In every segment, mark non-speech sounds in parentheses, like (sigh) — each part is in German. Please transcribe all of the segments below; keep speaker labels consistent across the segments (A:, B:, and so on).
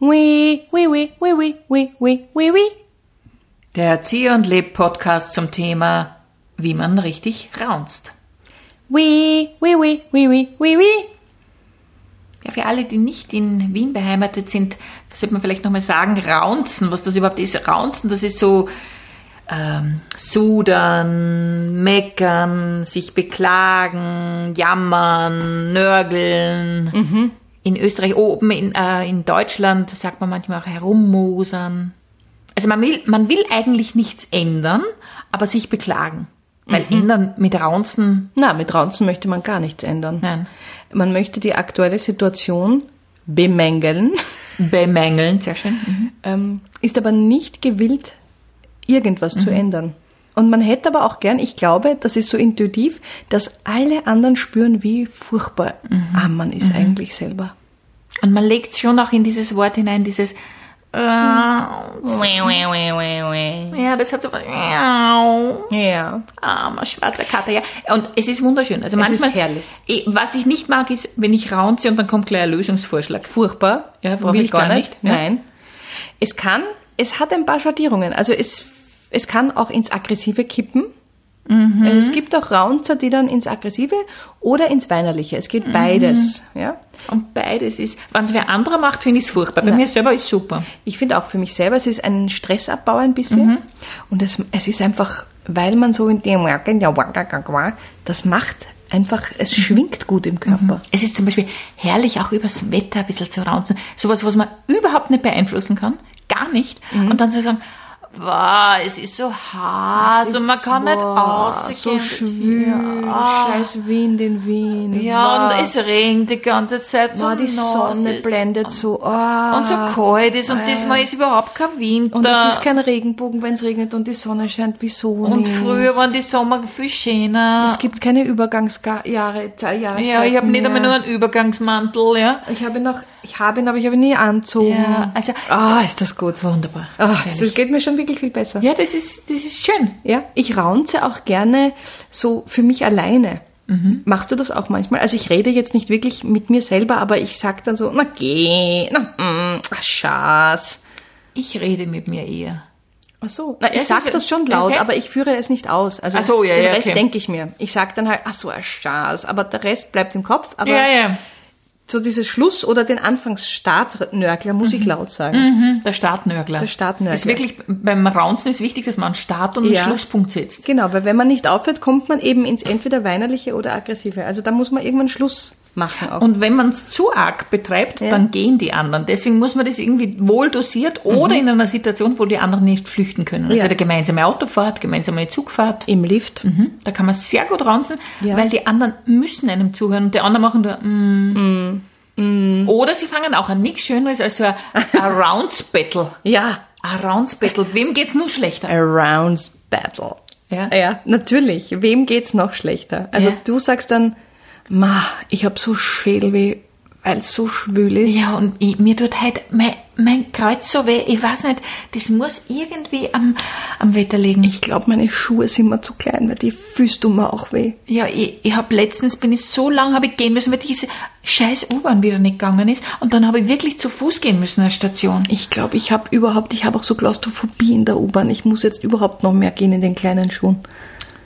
A: Wee, wee, wee, wee, wee, wee, wee, wee, wee.
B: Der Erzieh und Leb Podcast zum Thema, wie man richtig raunzt.
A: Wee, wee, wee, wee, wee, wee, wee.
B: Ja, für alle, die nicht in Wien beheimatet sind, sollte man vielleicht nochmal sagen, Raunzen, was das überhaupt ist. Raunzen, das ist so ähm, sudern, meckern, sich beklagen, jammern, nörgeln. In Österreich, oben in, äh, in Deutschland sagt man manchmal auch herummosern. Also man will, man will eigentlich nichts ändern, aber sich beklagen. Weil ändern mit Raunzen,
A: Na, mit Raunzen möchte man gar nichts ändern.
B: Nein.
A: Man möchte die aktuelle Situation bemängeln, (laughs)
B: bemängeln, sehr schön.
A: ähm, ist aber nicht gewillt, irgendwas zu ändern. Und man hätte aber auch gern, ich glaube, das ist so intuitiv, dass alle anderen spüren, wie furchtbar arm man ist eigentlich selber.
B: Und man legt schon auch in dieses Wort hinein, dieses äh, ja, das hat so was, miau,
A: Ja.
B: armer schwarzer Kater, ja. Und es ist wunderschön. Also manchmal,
A: ist herrlich.
B: Eh, Was ich nicht mag, ist, wenn ich raunze und dann kommt gleich ein Lösungsvorschlag.
A: furchtbar.
B: Ja, brauche
A: will
B: ich gar nicht, ja.
A: Nein. Es kann, es hat ein paar Schattierungen. Also es, es kann auch ins Aggressive kippen.
B: Mhm.
A: Es gibt auch Raunzer, die dann ins Aggressive oder ins Weinerliche. Es
B: Mhm.
A: geht beides. Ja?
B: Und beides ist, wenn es wer anderer macht, finde ich es furchtbar. Bei mir selber ist super.
A: Ich finde auch für mich selber, es ist ein Stressabbau ein bisschen.
B: Mhm.
A: Und es, es ist einfach, weil man so in dem, das macht einfach, es
B: Mhm.
A: schwingt gut im Körper.
B: Es ist zum Beispiel herrlich, auch übers Wetter ein bisschen zu raunzen. Sowas, was man überhaupt nicht beeinflussen kann. Gar nicht.
A: Mhm.
B: Und dann zu sagen, wow, es ist so hart und Also man kann nicht
A: aus.
B: ausgehen.
A: So schwül, scheiß Wind in Wien.
B: Ja,
A: Wow.
B: und es regnet die ganze Zeit.
A: Boah,
B: so
A: Ah, die
B: nass
A: Sonne
B: ist.
A: blendet so. ah.
B: Und so kalt ist. Und diesmal ist überhaupt kein Winter.
A: Und es ist kein Regenbogen, wenn es regnet und die Sonne scheint. Wieso
B: Und
A: nicht?
B: früher waren die Sommer viel schöner.
A: Es gibt keine Übergangsjahre, Jahreszeiten
B: ja, ich habe nicht einmal nur
A: mehr.
B: einen Übergangsmantel, ja.
A: Ich habe noch, ich habe ihn, aber ich habe ihn nie anzogen.
B: Ja, also-
A: ah, ist das gut.
B: Wunderbar.
A: Ah, ist das geht mir schon wirklich viel besser.
B: Ja, das ist, das ist schön.
A: Ja, ich raunze auch gerne so für mich alleine.
B: Mhm.
A: Machst du das auch manchmal? Also ich rede jetzt nicht wirklich mit mir selber, aber ich sag dann so, na geh, na, mm, ach, Schatz.
B: Ich rede mit mir eher.
A: Ach so. Na, ich
B: es
A: sag
B: ist-
A: das schon laut,
B: okay.
A: aber ich führe es nicht aus. Also
B: Ach so, ja,
A: den
B: ja,
A: Rest
B: okay.
A: denke ich mir. Ich sag dann halt, ach so, ein Schatz, aber der Rest bleibt im Kopf. Aber
B: Ja, ja.
A: so dieses Schluss- oder den Anfangsstart-Nörgler muss
B: Mhm.
A: ich laut sagen.
B: hm, Der Startnörgler.
A: Der Startnörgler.
B: Ist wirklich, beim Raunzen ist wichtig, dass man einen Start und einen
A: Ja.
B: Schlusspunkt setzt.
A: Genau, weil wenn man nicht aufhört, kommt man eben ins entweder weinerliche oder aggressive. Also da muss man irgendwann Schluss machen auch.
B: Und wenn man es zu arg betreibt,
A: Ja.
B: dann gehen die anderen. Deswegen muss man das irgendwie wohl dosiert oder in einer Situation, wo die anderen nicht flüchten können. Also
A: Mhm. Ja.
B: eine gemeinsame Autofahrt, gemeinsame Zugfahrt.
A: Im Lift.
B: Mhm. Da kann man sehr gut raunzen,
A: Ja.
B: weil die anderen müssen einem zuhören und die anderen machen nur mm.
A: Mm.
B: Oder sie fangen auch an nichts Schöneres als so ein ein Rounds-Battle.
A: Ja.
B: Ein Rounds-Battle. Wem geht's nun schlechter?
A: Around Battle.
B: Ja.
A: ja, natürlich. Wem geht's noch schlechter? Also
B: Ja.
A: du sagst dann, ma, ich hab so Schädelweh, weil es so schwül ist.
B: Ja, und ich, mir tut heute mein, mein Kreuz so weh. Ich weiß nicht, das muss irgendwie am, am Wetter liegen.
A: Ich glaube, meine Schuhe sind mir zu klein, weil die Füße tun mir auch weh.
B: ja, ich, ich habe letztens, bin ich so lang, habe ich gehen müssen, weil diese scheiß U-Bahn wieder nicht gegangen ist. Und dann habe ich wirklich zu Fuß gehen müssen an der Station.
A: Ich glaube, ich habe überhaupt, ich habe auch so Klaustrophobie in der U-Bahn. Ich muss jetzt überhaupt noch mehr gehen in den kleinen Schuhen.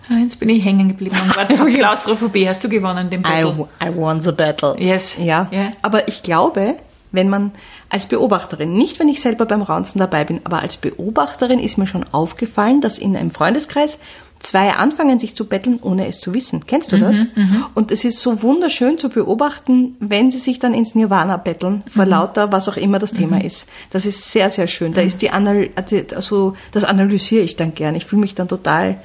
B: Ja, jetzt bin ich hängen (laughs) geblieben. Und warte, hab Klaustrophobie, hast du gewonnen, den Battle?
A: won the battle.
B: Yes.
A: Ja.
B: Ja.
A: Aber ich glaube, wenn man als Beobachterin, nicht wenn ich selber beim Raunzen dabei bin, aber als Beobachterin ist mir schon aufgefallen, dass in einem Freundeskreis zwei anfangen, sich zu betteln, ohne es zu wissen. Kennst du
B: Mhm,
A: das? Und es ist so wunderschön zu beobachten, wenn sie sich dann ins Nirvana betteln, vor
B: Mhm.
A: lauter, was auch immer das Thema ist. Das ist sehr, sehr schön. Da ist die, Anal die also, das analysiere ich dann gern. Ich fühle mich dann total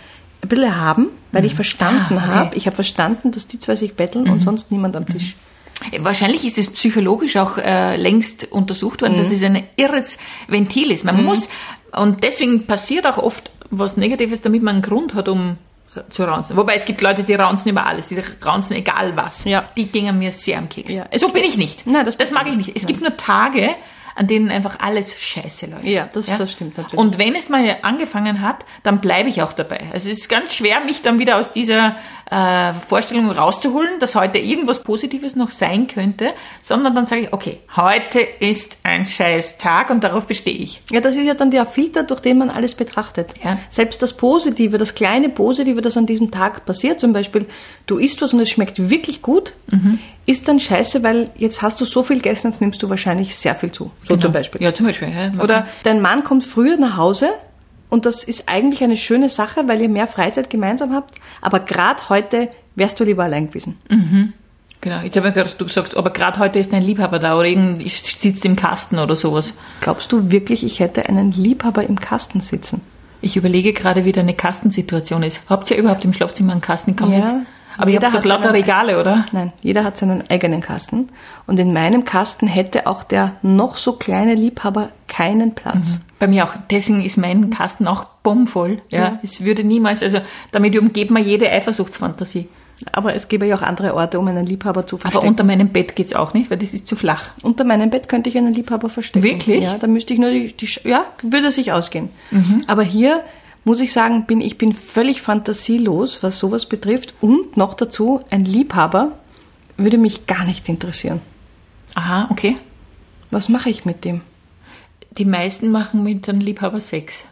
A: ein bisschen erhaben, weil ich verstanden
B: Ah, okay. Mhm.
A: habe. Ich habe verstanden, dass die zwei sich betteln und sonst niemand am Tisch.
B: Wahrscheinlich ist es psychologisch auch äh, längst untersucht worden,
A: Mhm.
B: dass es ein irres Ventil ist. Man muss, und deswegen passiert auch oft was Negatives, damit man einen Grund hat, um zu raunzen. Wobei es gibt Leute, die raunzen über alles, die raunzen egal was.
A: Ja.
B: Die gingen mir sehr am Keks.
A: Ja, es
B: so bin
A: gibt-
B: ich nicht.
A: Nein,
B: das
A: das bist du
B: mag ich nicht. Es gibt nur Tage, an denen einfach alles scheiße läuft.
A: Ja, das- das stimmt natürlich.
B: Und wenn es mal angefangen hat, dann bleibe ich auch dabei. Also es ist ganz schwer, mich dann wieder aus dieser äh, Vorstellung rauszuholen, dass heute irgendwas Positives noch sein könnte, sondern dann sage ich, okay, heute ist ein scheiß Tag und darauf bestehe ich.
A: Ja, das ist ja dann der Filter, durch den man alles betrachtet.
B: Ja.
A: Selbst das Positive, das kleine Positive, das an diesem Tag passiert, zum Beispiel, du isst was und es schmeckt wirklich gut,
B: Mhm.
A: ist dann scheiße, weil jetzt hast du so viel gegessen, jetzt nimmst du wahrscheinlich sehr viel zu. So zum Beispiel.
B: Genau. Ja, zum Beispiel. Ja.
A: Oder dein Mann kommt früher nach Hause und das ist eigentlich eine schöne Sache, weil ihr mehr Freizeit gemeinsam habt, aber gerade heute wärst du lieber allein gewesen.
B: Mhm. Genau, jetzt habe ich gerade, du gesagt, aber gerade heute ist ein Liebhaber da oder irgend sitzt im Kasten oder sowas.
A: Glaubst du wirklich, ich hätte einen Liebhaber im Kasten sitzen?
B: Ich überlege gerade, wie deine Kastensituation ist. Habt ihr überhaupt im Schlafzimmer einen Kasten? Komm
A: Ja.
B: jetzt. Aber ihr
A: Jeder
B: habt so
A: hat
B: lauter
A: seinen-
B: Regale, oder?
A: Nein, jeder hat seinen eigenen Kasten und in meinem Kasten hätte auch der noch so kleine Liebhaber keinen Platz.
B: Bei mir auch. Deswegen ist mein Kasten auch bombvoll. Ja.
A: Ja.
B: Es würde niemals, also damit umgeht man jede Eifersuchtsfantasie.
A: Aber es gäbe ja auch andere Orte, um einen Liebhaber zu
B: Mhm. Aber
A: verstecken.
B: unter meinem Bett geht's auch nicht, weil das ist zu flach.
A: Unter meinem Bett könnte ich einen Liebhaber verstecken.
B: Wirklich? Mhm.
A: Ja, da müsste ich nur die, die Sch- ja, würde sich ausgehen. Aber hier muss ich sagen, bin ich bin völlig fantasielos, was sowas betrifft und noch dazu ein Liebhaber würde mich gar nicht interessieren.
B: Aha, okay.
A: Was mache ich mit dem?
B: Die meisten machen mit einem Liebhaber Sex.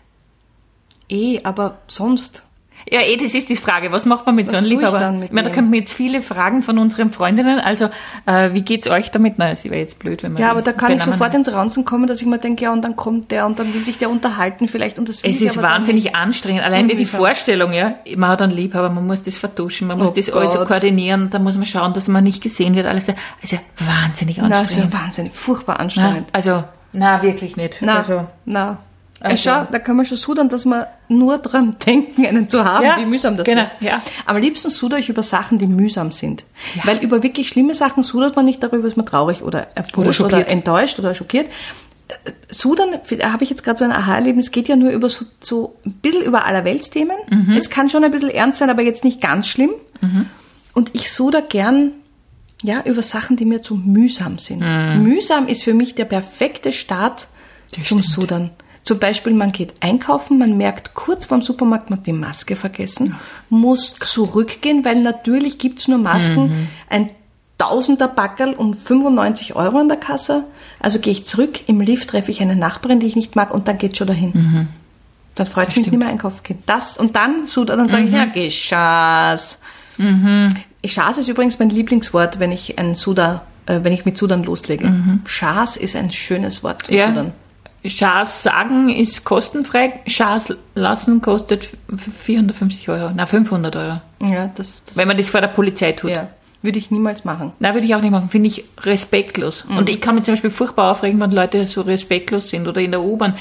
A: Eh, aber sonst
B: Ja, eh, das ist die Frage. Was macht man mit so
A: Was
B: einem
A: tue ich
B: Liebhaber?
A: dann mit
B: ich meine, da
A: dem?
B: könnten wir jetzt viele Fragen von unseren Freundinnen. Also, äh, wie geht's euch damit? Nein, sie wäre jetzt blöd, Äh, wenn man
A: Ja, aber da kann ich
B: Beinamen-
A: sofort ins Ranzen kommen, dass ich mir denke, ja, und dann kommt der und dann will sich der unterhalten vielleicht und das will
B: Es
A: ich
B: ist
A: aber dann nicht.
B: wahnsinnig anstrengend. Allein die, die
A: Inwiefern?
B: Vorstellung, ja. Man hat einen Liebhaber, man muss das vertuschen, man muss
A: Oh
B: das alles
A: Gott.
B: koordinieren, da muss man schauen, dass man nicht gesehen wird. Alles. Also wahnsinnig
A: Na, es wäre
B: anstrengend.
A: wahnsinnig, furchtbar
B: Na,
A: anstrengend.
B: also, na wirklich nicht.
A: Na,
B: Also,
A: na.
B: Also-
A: Also. Schau, da kann man schon sudern, dass man nur dran (laughs) denken, einen zu haben,
B: Ja,
A: wie mühsam das
B: genau,
A: wird.
B: ja.
A: Am liebsten sudere ich über Sachen, die mühsam sind. Weil über wirklich schlimme Sachen sudert man nicht darüber, ist man traurig oder erbost oder,
B: schockiert.
A: enttäuscht oder schockiert. Äh, Sudern, f- habe ich jetzt gerade so ein Aha-Erlebnis, geht ja nur über so, so ein bisschen über Allerweltsthemen.
B: Mhm.
A: Es kann schon ein bisschen ernst sein, aber jetzt nicht ganz schlimm. Und ich suder gern ja, über Sachen, die mir zu mühsam sind. Mühsam ist für mich der perfekte Start zum Sudern. Zum Beispiel, man geht einkaufen, man merkt kurz vorm Supermarkt, man hat die Maske vergessen, muss zurückgehen, weil natürlich gibt's nur Masken. Ein Tausender Backerl um 95 Euro an der Kasse. Also gehe ich zurück, im Lift treffe ich eine Nachbarin, die ich nicht mag, und dann geht's schon dahin. Dann freut es mich nicht mehr einkaufen gehen. Das und dann Sudern, dann sage
B: Mhm.
A: ich, ja, geh Schaß. Schaas ist übrigens mein Lieblingswort, wenn ich ein Suda, äh, wenn ich mit Sudan loslege. Schaas ist ein schönes Wort zum
B: Mhm. ja.
A: Sudan.
B: Schaß sagen ist kostenfrei. Schaß lassen kostet f- 450 Euro. Na, 500 Euro.
A: Ja, das, das
B: Wenn man das vor der Polizei tut.
A: ja, würde ich niemals machen.
B: Nein, würde ich auch nicht machen. Finde ich respektlos.
A: Mhm.
B: Und ich kann mich zum Beispiel furchtbar aufregen, wenn Leute so respektlos sind oder in der U-Bahn.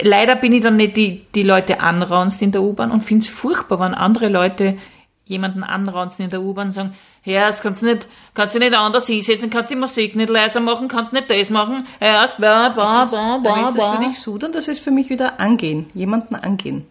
B: Leider bin ich dann nicht die, die Leute anraunst in der U-Bahn und finde es furchtbar, wenn andere Leute jemanden anraunzen in der U-Bahn und sagen, ja, das kannst du nicht, kannst du nicht anders hinsetzen, kannst die Musik nicht leiser machen, kannst nicht das machen, ja, das bla, bla, bla,
A: Dann
B: bla,
A: ist das
B: bla.
A: für dich Sudan, das ist für mich wieder angehen, jemanden angehen.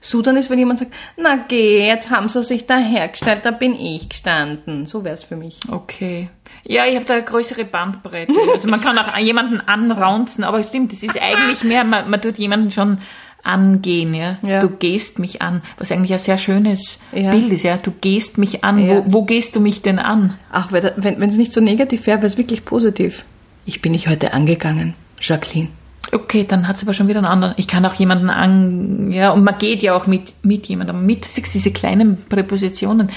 A: Sudan ist, wenn jemand sagt, na geh, jetzt haben sie sich da hergestellt, da bin ich gestanden. So wäre es für mich.
B: Okay. Ja, ich habe da eine größere Bandbreite. Also man kann auch jemanden anraunzen, aber stimmt, es ist eigentlich mehr, man, man tut jemanden schon angehen, ja?
A: Ja.
B: Du gehst mich an, was eigentlich ein sehr schönes
A: Ja.
B: Bild ist, ja. Du gehst mich an.
A: Ja.
B: Wo, wo gehst du mich denn an?
A: Ach, wär da- wenn es nicht so negativ wäre, wäre es wirklich positiv. Ich bin dich heute angegangen, Jacqueline.
B: Okay, dann hat's aber schon wieder einen anderen. Ich kann auch jemanden an, ja, und man geht ja auch mit, mit jemandem mit. Siehst du, Diese kleinen Präpositionen,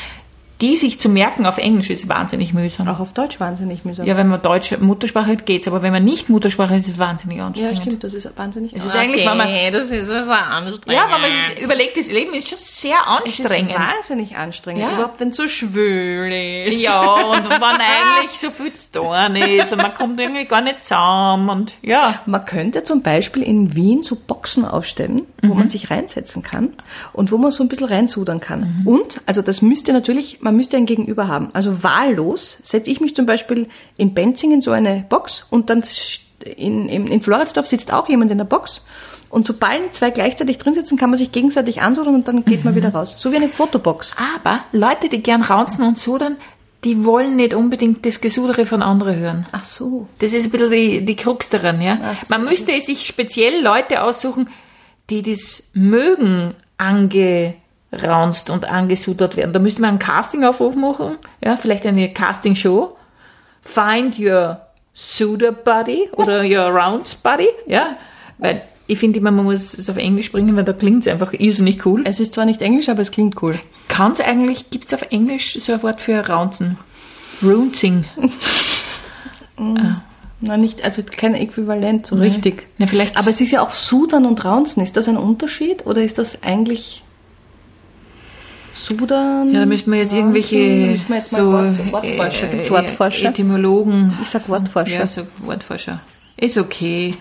B: die sich zu merken auf Englisch ist wahnsinnig mühsam.
A: Auch auf Deutsch wahnsinnig mühsam.
B: Ja, wenn man deutsche Muttersprache hat, geht's, aber wenn man nicht Muttersprache ist, ist es wahnsinnig anstrengend.
A: ja stimmt, das ist wahnsinnig.
B: Es ist eigentlich, wenn man,
C: das ist also anstrengend.
B: Ja, wenn man sich überlegt, das Leben ist schon sehr anstrengend.
A: Das ist wahnsinnig anstrengend.
B: Ja.
A: Überhaupt, wenn es so schwül ist.
B: Ja, und wenn eigentlich so viel zu tun ist und man kommt irgendwie gar nicht zusammen und ja.
A: Man könnte zum Beispiel in Wien so Boxen aufstellen, wo man sich reinsetzen kann und wo man so ein bisschen reinsudern kann. Und, also das müsste natürlich, man müsste ein Gegenüber haben. Also wahllos setze ich mich zum Beispiel in Benzing in so eine Box und dann st- in, in, in Floridsdorf sitzt auch jemand in der Box. Und sobald zwei gleichzeitig drin sitzen, kann man sich gegenseitig ansudern und dann geht man wieder raus. So wie eine Fotobox.
B: Aber Leute, die gern raunzen und sudern, die wollen nicht unbedingt das Gesudere von anderen hören.
A: Ach so.
B: Das ist ein bisschen die, die Krux daran, ja. Man müsste sich speziell Leute aussuchen, die das mögen, ange, raunzt und angesudert werden. Da müsste man einen Castingaufruf machen, ja, vielleicht eine Castingshow. Find your suder buddy oder your rounds buddy, ja, weil ich finde immer, man muss es auf Englisch bringen, weil da klingt es einfach irrsinnig cool.
A: Es ist zwar nicht Englisch, aber es klingt cool.
B: Kann es eigentlich, gibt es auf Englisch so ein Wort für raunzen? Runzing.
A: Na, nicht, also kein Äquivalent so richtig.
B: Na, vielleicht-
A: Aber es ist ja auch Sudern und Raunzen. Ist das ein Unterschied oder ist das eigentlich Sudern?
B: Ja, da müssten wir jetzt
A: Raunzen? Da
B: irgendwelche
A: müssten wir jetzt mal
B: so äh,
A: Wort- Wortforscher. Gibt's Wortforscher?
B: Etymologen.
A: ich sag Wortforscher.
B: Ja, so Wortforscher. Ist okay.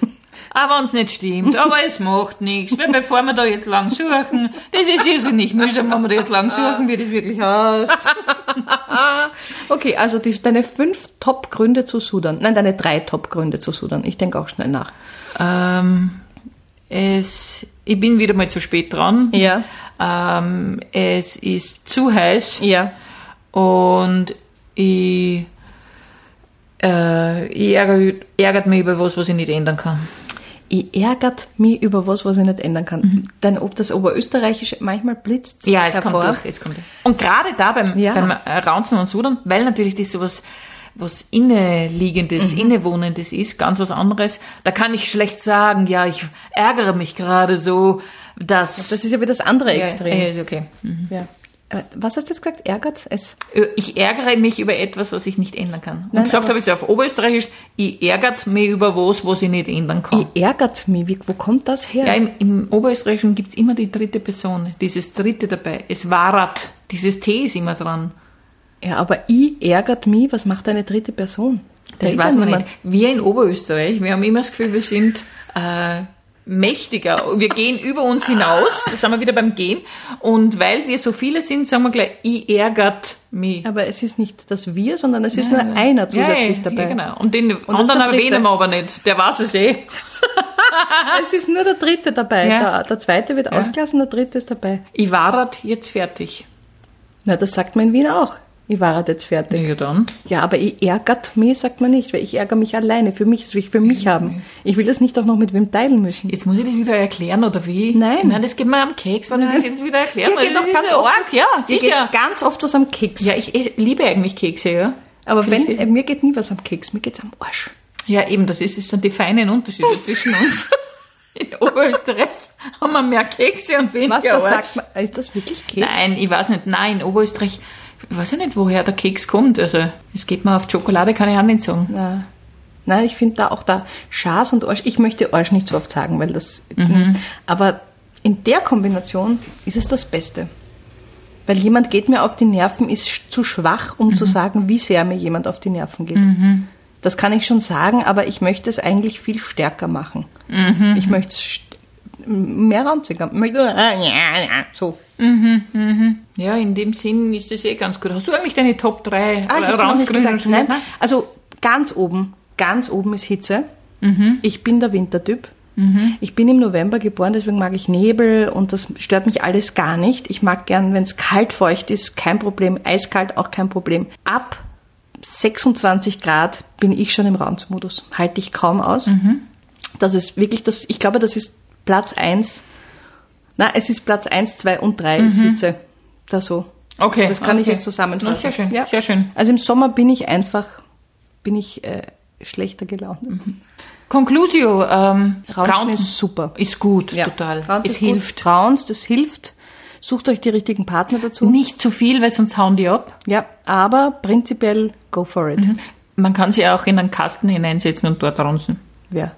B: Aber uns nicht stimmt. Aber es macht nichts. Weil bevor wir da jetzt lang suchen, das ist irrsinnig mühsam, wenn wir da jetzt lang
A: Ah.
B: suchen, wie das wirklich heißt.
A: (laughs) Okay, also die, deine fünf Top-Gründe zu Sudern. Nein, deine drei Top-Gründe zu Sudern. Ich denke auch schnell nach.
B: Ähm, es, ich bin wieder mal zu spät dran.
A: Ja.
B: Ähm, es ist zu heiß
A: Ja.
B: und ich, äh, ich ärgere, ärgert mich über was, was ich nicht ändern kann.
A: Ich ärgert mich über was, was ich nicht ändern kann. Denn ob das Oberösterreichische, manchmal blitzt
B: Ja, es
A: hervor.
B: kommt durch, es kommt durch. Und gerade da beim,
A: Ja.
B: beim äh, Raunzen und Sudern, weil natürlich das sowas was Inneliegendes,
A: Mhm.
B: Innewohnendes ist, ganz was anderes. Da kann ich schlecht sagen, ja, ich ärgere mich gerade so, dass...
A: Das ist ja wieder das andere Extrem.
B: Ja, ist okay.
A: Ja. Aber Was hast du jetzt gesagt? Ärgert es?
B: Äh, Ich ärgere mich über etwas, was ich nicht ändern kann. Und
A: Nein,
B: gesagt
A: aber-
B: habe ich es auf Oberösterreichisch, ich ärgert mich über was, was ich nicht ändern kann.
A: Ich ärgert mich. Wie, wo kommt das her?
B: ja, im, im Oberösterreichischen gibt's immer die dritte Person, dieses dritte dabei. Es warat, dieses T ist immer dran.
A: Ja, aber ich ärgert mich. Was macht eine dritte Person? Da
B: Das
A: ist
B: weiß
A: ja
B: man nicht.
A: niemand.
B: Wir in Oberösterreich, wir haben immer das Gefühl, wir sind äh, mächtiger. Wir gehen über uns hinaus. Da sind wir wieder beim Gehen. Und weil wir so viele sind, sagen wir gleich, ich ärgert mich.
A: Aber es ist nicht das Wir, sondern es ist nur einer zusätzlich
B: ja,
A: dabei.
B: Ja, genau. Und den
A: das ist
B: anderen
A: der Dritte.
B: erwähnen wir aber nicht. Der weiß es eh.
A: (laughs) Es ist nur der dritte dabei.
B: Ja.
A: Der, der zweite wird ausgelassen, der dritte ist dabei.
B: Ich warat jetzt fertig.
A: Na, das sagt man in Wien auch. Ich war halt jetzt fertig.
B: Ja, dann.
A: Ja, aber ich ärgert mich, sagt man nicht, weil ich ärgere mich alleine. Für mich, das will ich für mich haben. Ich will das nicht auch noch mit wem teilen müssen.
B: Jetzt muss ich das wieder erklären, oder wie?
A: Nein.
B: Nein, das geht mir am Keks, wenn ich das jetzt wieder erklären
A: Dir geht
B: Das
A: doch
B: ist
A: ganz
B: ja
A: oft
B: arg,
A: was-
B: ja,
A: Dir
B: sicher.
A: geht ganz oft was am Keks.
B: Ja, ich, ich liebe eigentlich Kekse, ja.
A: aber wenn,
B: Vielleicht
A: äh, mir geht nie was am Keks, mir geht's am Arsch.
B: Ja, eben, das ist, das sind die feinen Unterschiede zwischen
A: (laughs)
B: uns. In Oberösterreich haben wir mehr Kekse und weniger
A: Was, das
B: Arsch.
A: sagt man, ist das wirklich Keks?
B: Nein, ich weiß nicht. Nein, in Oberösterreich, ich weiß ja nicht, woher der Keks kommt. Also, es geht mir auf die Schokolade, kann ich auch nicht sagen.
A: Na, nein, ich finde da auch da Schas und Orsch. Ich möchte Orsch nicht so oft sagen, weil das. mhm. Aber in der Kombination ist es das Beste. Weil jemand geht mir auf die Nerven, ist sch- zu schwach, um zu sagen, wie sehr mir jemand auf die Nerven geht. Das kann ich schon sagen, aber ich möchte es eigentlich viel stärker machen. Ich möchte es st- mehr ranziger. So.
B: Ja, in dem Sinn ist das eh ganz gut. Hast du eigentlich deine Top 3
A: Ah, ich hab's noch nicht gesagt. Nein. Also ganz oben, ganz oben ist Hitze. Ich bin der Wintertyp. Ich bin im November geboren, deswegen mag ich Nebel und das stört mich alles gar nicht. Ich mag gern, wenn es kalt, feucht ist, kein Problem. Eiskalt auch kein Problem. Ab 26 Grad bin ich schon im Raunzmodus. Halte ich kaum aus. Das ist wirklich das, ich glaube, das ist Platz 1. Na, es ist Platz 1, 2 und 3 ist Hitze. Da so.
B: Okay,
A: Das kann ich
B: okay.
A: jetzt zusammenfassen.
B: Na, sehr schön, sehr schön.
A: Also im Sommer bin ich einfach, bin ich äh, schlechter gelaunt.
B: Conclusio, ähm,
A: Raunzen
B: Mhm. Raunzen
A: ist super.
B: Ist gut, total.
A: Raunz
B: es
A: ist
B: hilft.
A: Gut. Raunz, das hilft. Sucht euch die richtigen Partner dazu.
B: Nicht zu viel, weil sonst hauen die ab.
A: Ja, aber prinzipiell go for it.
B: Mhm. Man kann sie auch in einen Kasten hineinsetzen und dort raunzen.
A: Ja.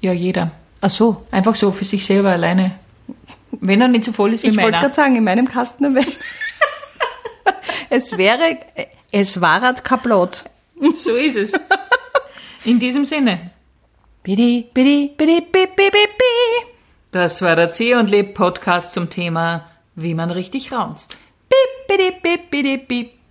B: Ja, jeder.
A: Ach so.
B: Einfach so für sich selber alleine. Wenn er nicht so voll ist wie
A: Ich wollte
B: meiner.
A: gerade sagen, in meinem Kasten wäre (laughs) es wäre, es war kaplott.
B: So ist es. (laughs) In diesem Sinne.
A: Bidi, bidi, bidi, bidi, bidi, bidi.
B: Das war der Zeh und Leb Podcast zum Thema, wie man richtig raunzt.
A: Bip, bidi, bip, bidi, bip.